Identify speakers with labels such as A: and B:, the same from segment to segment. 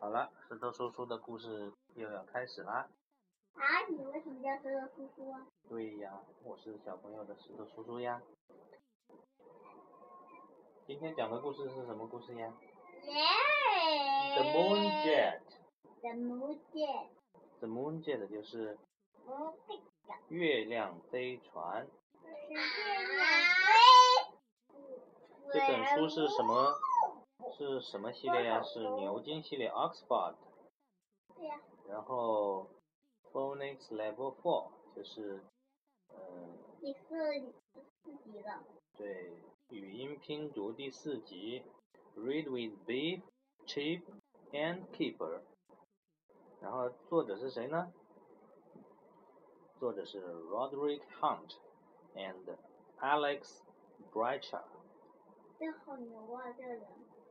A: 好了，石头叔叔的故事又要开始啦。
B: 啊，你为什么叫石头叔叔啊？
A: 对呀，我是小朋友的石头叔叔呀。今天讲的故事是什么故事呀？The Moon Jet。
B: The moon jet.
A: The Moon Jet 就是
B: 不对，
A: 月亮飞船。
B: 是月亮飞。
A: 这本书是什么？是什么系列呀？是牛津系列 Oxford，
B: 对呀、
A: 然后 Phonics Level Four 就是嗯
B: 第四四级了。
A: 对语音拼读第四集 Read with Beef, Chip and Keeper，然后作者是谁呢？作者是 Roderick Hunt and Alex Brighter，
B: 这好牛啊，这人！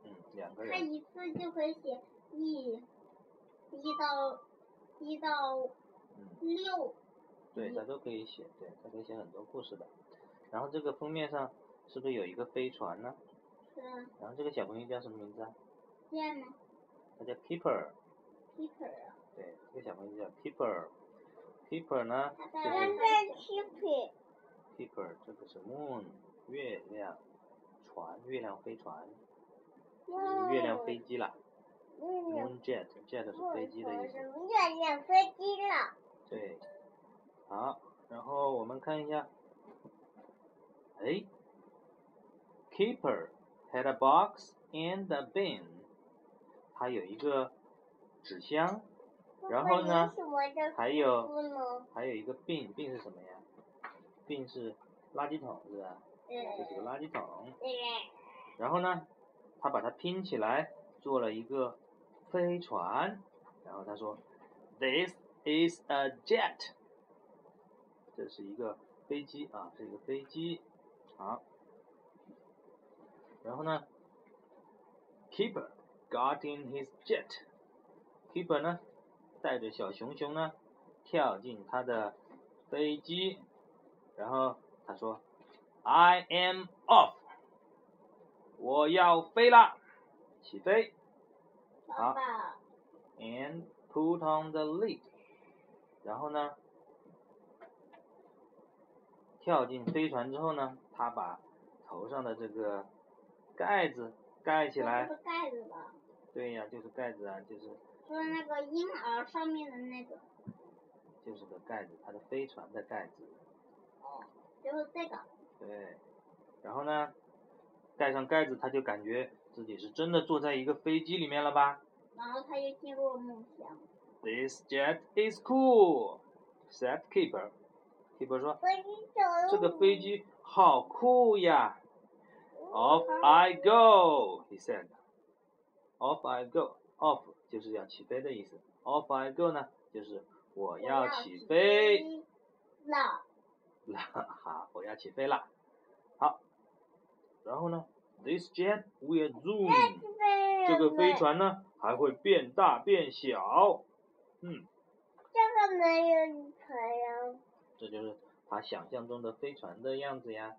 A: 嗯，两个
B: 他
A: 人。
B: 一次就会写一，一到一到
A: 嗯
B: 六。
A: 对，
B: 嗯
A: 它都可以写，对，它可以写很多故事的。然后这个封面上是不是有一个飞船呢？
B: 嗯，
A: 然后这个小朋友叫什么名字啊？
B: 这样呢
A: 他叫 Keeper，
B: ，keeper 啊。
A: 对，这个小朋友叫 Keeper。Keeper 呢，
B: 他
A: 就
B: 在
A: 是
B: keeper。
A: Keeper，这个是 Moon 月亮船，月亮飞船，就是月亮飞。机啦。Moon Jet Jet 是飞机的意思。
B: 月亮飞机了。
A: 对，好，然后我们看一下，哎，Keeper had a box and a bin，他有一个纸箱，然后呢还有还有一个 bin，bin 是什么呀？bin 是垃圾桶是吧？这是个垃圾桶。然后呢，他把它拼起来做了一个飞船，然后他说，This is a jet，这是一个飞机啊，是一个飞机，好。然后呢，Keeper got in his jet，Keeper 呢带着小熊熊呢跳进他的飞机，然后他说，I am off。我要飞啦！起飞
B: 爸爸，
A: and put on the lid，然后呢，跳进飞船之后呢，他把头上的这个盖子盖起来
B: 这，个盖子吧，
A: 对呀、就是盖子啊，就是
B: 就是那个婴儿上面的那个，
A: 就是个盖子，它的飞船的盖子，
B: 哦就是这个。
A: 对，然后呢，盖上盖子，他就感觉自己是真的坐在一个飞机里面了吧？
B: 然后他就进入了梦乡。
A: This jet is cool, said Keeper. Keeper 说
B: 飞机走：“
A: 这个飞机好酷呀。”Off I go, he said. Off I go, off 就是要起飞的意思。Off I go 呢，就是我要起飞
B: 了。
A: 了，哈，我要起飞了。好，然后呢，This jet will zoom. 这个飞，船呢还会变大变小。嗯。
B: 这个没有船呀。
A: 这就是他想象中的飞船的样子呀。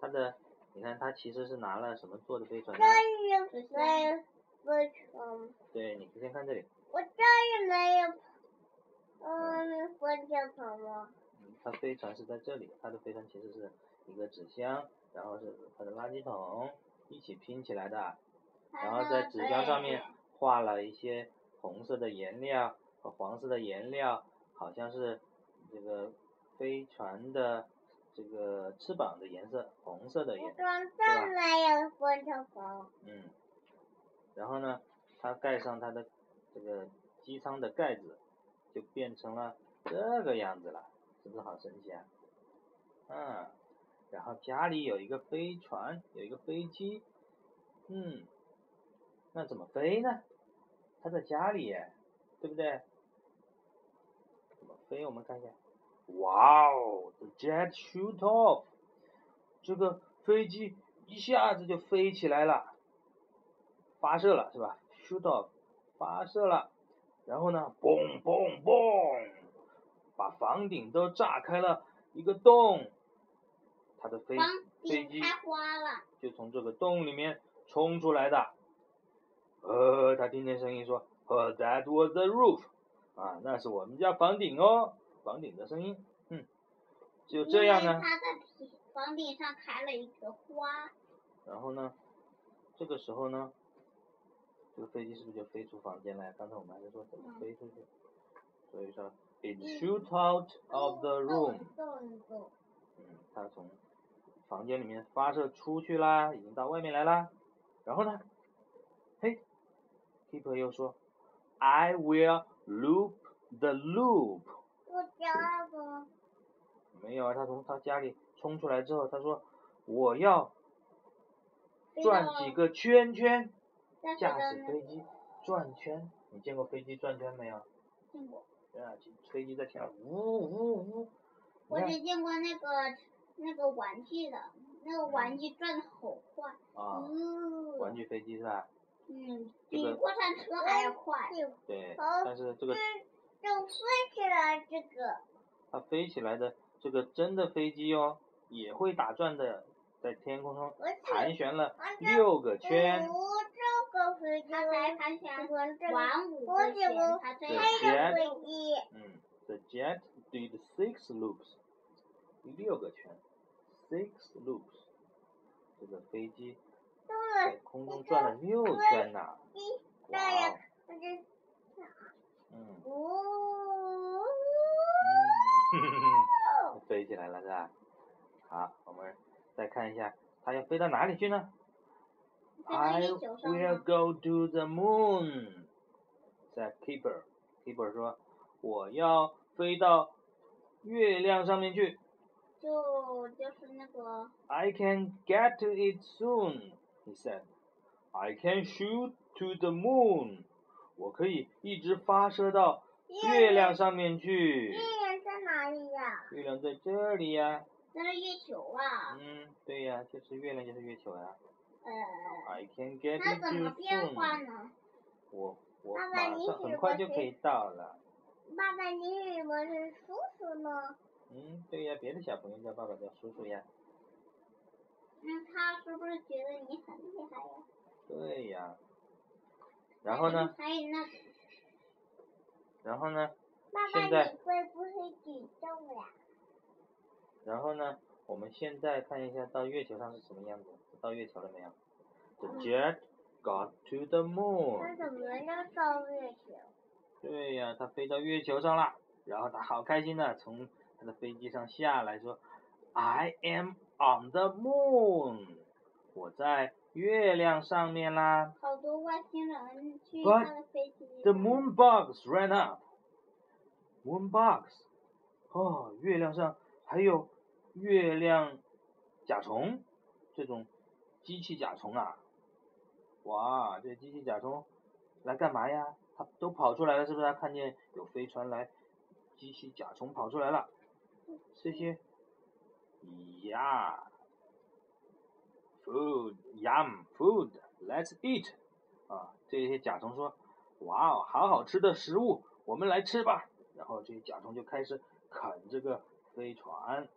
A: 他的，你看他其实是拿了什么做的飞船呢？
B: 这里没有飞船，
A: 对，你先看这里，
B: 我这里没有，嗯，飞机船吗？
A: 嗯他飞船是在这里，他的飞船其实是一个纸箱，然后是他的垃圾桶一起拼起来的，然后在纸箱上
B: 哎
A: 面画了一些红色的颜料和黄色的颜料，好像是这个飞船的这个翅膀的颜色，红色的
B: 我
A: 颜
B: 这里没有飞机船。
A: 嗯，然后呢，它盖上它的这个机舱的盖子，就变成了这个样子了，是不是好神奇啊？嗯，然后家里有一个飞船，有一个飞机，嗯，那怎么飞呢？它在家里耶，对不对？怎么飞？我们看一下。哇哦，the jet shoot off，这个飞机一下子就飞起来了。发射了是吧？shoot off，发射了，然后呢，嘣嘣嘣，把房顶都炸开了一个洞，它的飞
B: 房
A: 飞
B: 顶
A: 机
B: 开花了，
A: 就从这个洞里面冲出来的，呃，它他听见声音说：“Oh, that was the roof。”啊，那是我们家房顶哦，房顶的声音。嗯，就这样
B: 因
A: 呢
B: 为。他在皮房顶上开了一个花，
A: 然后呢，这个时候呢，这个飞机是不是就飞出房间来？刚才我们还在说怎
B: 嗯
A: 么飞出去，所以说 it shoot out of the room。
B: 动一动，
A: 嗯，它从房间里面发射出去啦，已经到外面来啦。然后呢，嘿，keeper 又说，I will loop the loop。
B: 不加不
A: 没有啊，他从他家里冲出来之后，他说我要转几个圈圈，驾驶飞机转圈。你见过飞机转圈没有？
B: 见过，
A: 啊，飞机在天上呜呜呜。
B: 我
A: 你看
B: 只见过那个那个玩具的，那个玩具转的好快，
A: 啊，
B: 嗯，
A: 玩具飞机是吧？
B: 嗯，
A: 这
B: 比
A: 个
B: 过山车还要快，
A: 对，
B: 好嗯
A: 但是这个
B: 就飞起来这个，
A: 它飞起来的这个真的飞机哦，也会打转的，在天空中
B: 而
A: 盘旋了六个圈。
B: 哦这个飞机，他才盘旋玩五
C: 我
B: 个
C: 喜
B: 圈，
C: 欢
B: 他最
A: 这
B: 后
A: 个
B: 飞
C: 飞机，
A: 嗯，The jet did six loops，六个圈，six loops。这个飞机在空中转了六圈呐、
B: 嗯
A: 哇哦，
C: 就是
A: 嗯，
C: 呜，
A: 嗯飞起来了是吧？好，我们再看一下，它要飞到哪里去呢？
B: 在
A: I
B: 那个球上
A: will
B: 吗？
A: go to the moon，在 Keeper。Keeper 说：“我要飞到月亮上面去。
B: 就就是那个
A: I can get to it soon,” he said. “I can shoot to the moon.” 我可以一直发射到月亮上面去
C: 月。亮在哪里呀？
A: 月亮在这里呀、
B: 那是月球啊，
A: 嗯，对呀、就是月亮就是月球呀、
B: 呃，
A: I can get
B: 那
A: it
B: 怎么
A: to
B: 变化
A: soon.
B: 呢？
A: 我我
C: 爸爸
A: 马
C: 你
A: 上
C: 喜
A: 很快
C: 欢
A: 就可
C: 谁
A: 以到了。
C: 爸爸，你怎么是叔叔呢？
A: 嗯，对呀，别的小朋友叫爸爸叫叔叔呀。
B: 那他是不是觉得你很厉害呀？
A: 对呀。然后呢？
B: 还有那
A: 然后呢？
C: 爸
A: 现在
C: 爸，你会不会举重呀？
A: 然后呢？我们现在看一下到月球上是什么样子。到月球了没有？The
B: 嗯
A: jet got to the
C: 他
A: moon。
C: 怎么能到月球？
A: 对呀，它飞到月球上了。然后它好开心的从它的飞机上下来说：“I am on the moon。”我在月亮上面啦。
B: 好多外星人去
A: But
B: 他的飞机
A: The moon bugs ran up. Moon bugs，哦，月亮上还有月亮甲虫这种机器甲虫啊！哇，这机器甲虫来干嘛呀？它都跑出来了，是不是？它看见有飞船来，机器甲虫跑出来了。这些，呀，food yum food let's eat，啊，这些甲虫说。哇哦，好好吃的食物，我们来吃吧。然后这些甲虫就开始啃这个飞船，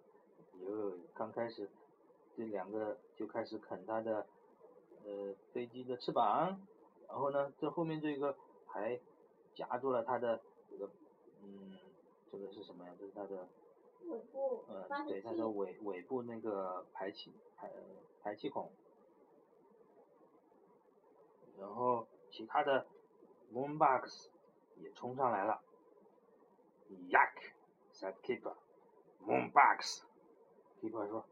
A: 哟，刚开始这两个就开始啃它的呃飞机的翅膀，然后呢，这后面这个还夹住了它的这个嗯，这个是什么呀？这是它的
B: 尾部
A: 呃
B: 发，射
A: 对，
B: 器
A: 它，的尾尾部那个排气排排气孔，然后其他的 Moonbox 也冲上来了。Yak said keeper Moonbox keeper 说：“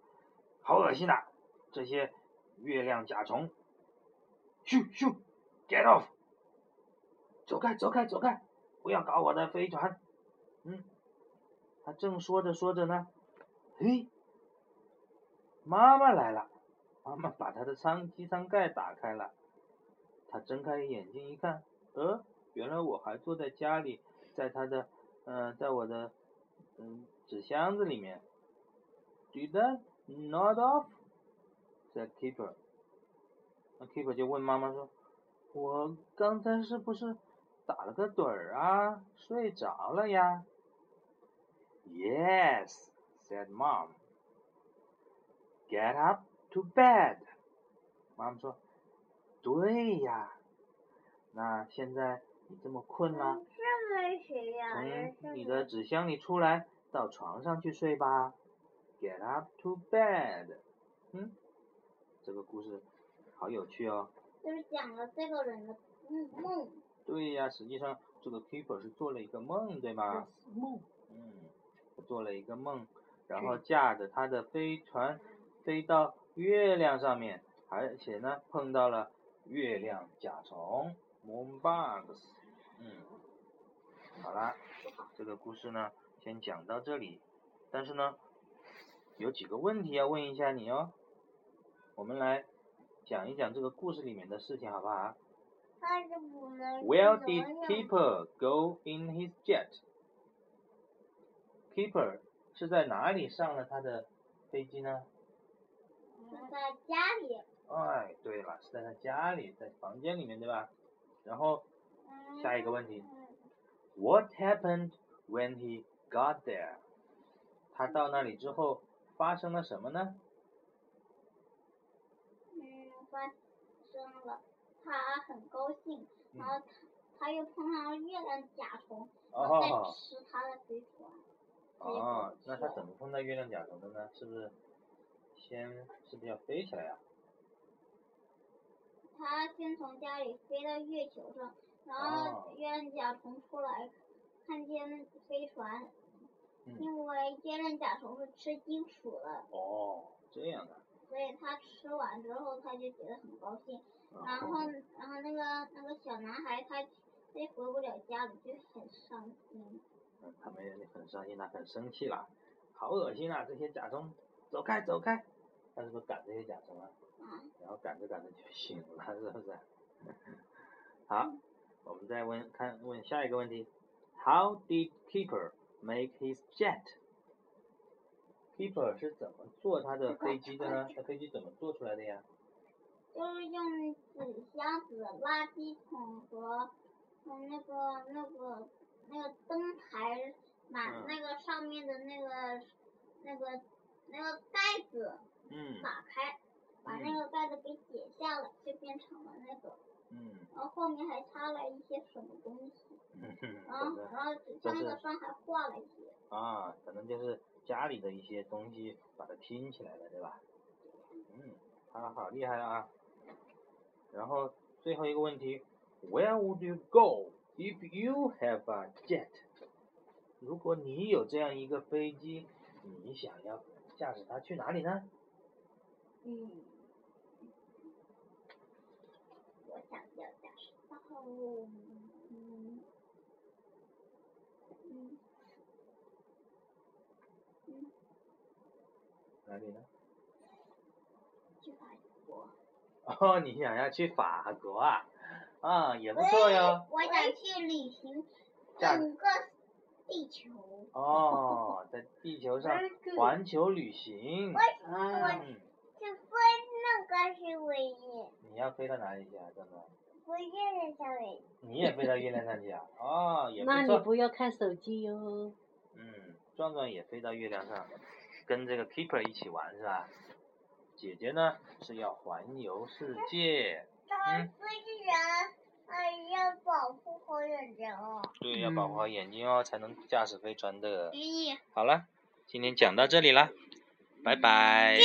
A: 好恶心呐、这些月亮甲虫！”咻咻，get off！走开，走开，走开！不要搞我的飞船！嗯，他正说着说着呢，嘿，哎妈妈来了，妈妈把他的舱机舱盖打开了，他睁开眼睛一看，呃，原来我还坐在家里，在他的，嗯、在我的，嗯，纸箱子里面。Did that not off? said keeper. 那 keeper 就问妈妈说：“我刚才是不是打了个盹儿啊？睡着了呀？” Yes, said mom. Get up to bed. 妈妈说：“对呀，那现在你这么困啊了，
C: 嗯这个是谁呀？这
A: 从
C: 是
A: 你的纸箱里出来，到床上去睡吧。Get up to bed。嗯，这个故事好有趣哦。
B: 就是讲了这个人的嗯梦，
A: 对呀，实际上这个 keeper 是做了一个梦，对吗？
B: 梦，
A: 嗯，我做了一个梦，然后驾着他的飞船飞到月亮上面，而且呢碰到了月亮甲虫 moon bugs。嗯，好啦，这个故事呢先讲到这里，但是呢有几个问题要问一下你哦，我们来讲一讲这个故事里面的事情好不好？
C: 他是不能是
A: Where
C: 怎
A: did
C: 么样
A: Keeper go in his jet? Keeper 是在哪里上了他的飞机呢？
B: 是在家里，
A: 哎，对了，是在他家里，在房间里面，对吧？然后
B: 嗯
A: 下一个问题，What happened when he got there? 他到那里之后发生了什么呢？
B: 嗯，发生了，他很高兴，
A: 嗯
B: 然后他他又碰上了月亮甲虫，然后在
A: 哦
B: 吃他的飞船，
A: 哦，那他怎么碰到月亮甲虫的呢？是不是先是不是要飞起来啊呀、
B: 他先从家里飞到月球上，然后
A: 哦
B: 月亮甲虫出来，看见飞船，
A: 嗯
B: 因为月亮甲虫是吃金属的，
A: 哦，这样的。
B: 所以他吃完之后他就觉得很高兴。然
A: 然
B: 后，然后那个那个小男孩他他也回不了家里，就很伤心。
A: 嗯，他们很伤心了，很生气了，好恶心啊！这些甲虫，走开走开！他是不是赶这些甲虫啊？
B: 嗯
A: 然后赶着赶着就醒了，是不是？好，我们再问看问下一个问题：How did Keeper make his jet? Keeper 是怎么做他的飞机的呢？他飞机怎么做出来的呀？
B: 就是用纸箱子、垃圾桶和和那个那个那个灯台把
A: 嗯
B: 那个上面的那个那个那个盖子
A: 嗯
B: 打开，把那
A: 嗯
B: 个盖子给解下来，就变成了那个。
A: 嗯，
B: 然后后面还插了一些什么东西，
A: 嗯哼
B: 然
A: 反
B: 后
A: 正
B: 然后纸箱
A: 是
B: 子上还画了一些。
A: 啊，可能就是家里的一些东西把它拼起来了，对吧？嗯，他好厉害啊！然后最后一个问题，Where would you go if you have a jet？如果你有这样一个飞机，你想要驾驶它去哪里呢？
B: 嗯，我想要驾驶到，嗯，嗯，
A: 哪里呢？
B: 去法国。
A: 哦，你想要去法国啊？啊，也不错哟。
B: 我想去旅行
A: 驾
B: 整个地球。
A: 哦，在地球上环球旅行。嗯，
C: 是飞那个是唯一，
A: 你要飞到哪里去啊，壮壮？
C: 不是小伟。
A: 你也飞到月亮上去啊？哦，也不
D: 妈，你
A: 错。
D: 不要看手机哟、
A: 嗯，壮壮也飞到月亮上，跟这个 Keeper 一起玩是吧？姐姐呢是要环游世界，
C: 他
A: 嗯
C: 虽然哎要保护好眼睛哦。
A: 对，要保护好眼睛哦，才能驾驶飞船的。
C: 爷爷。
A: 好了，今天讲到这里啦，拜拜。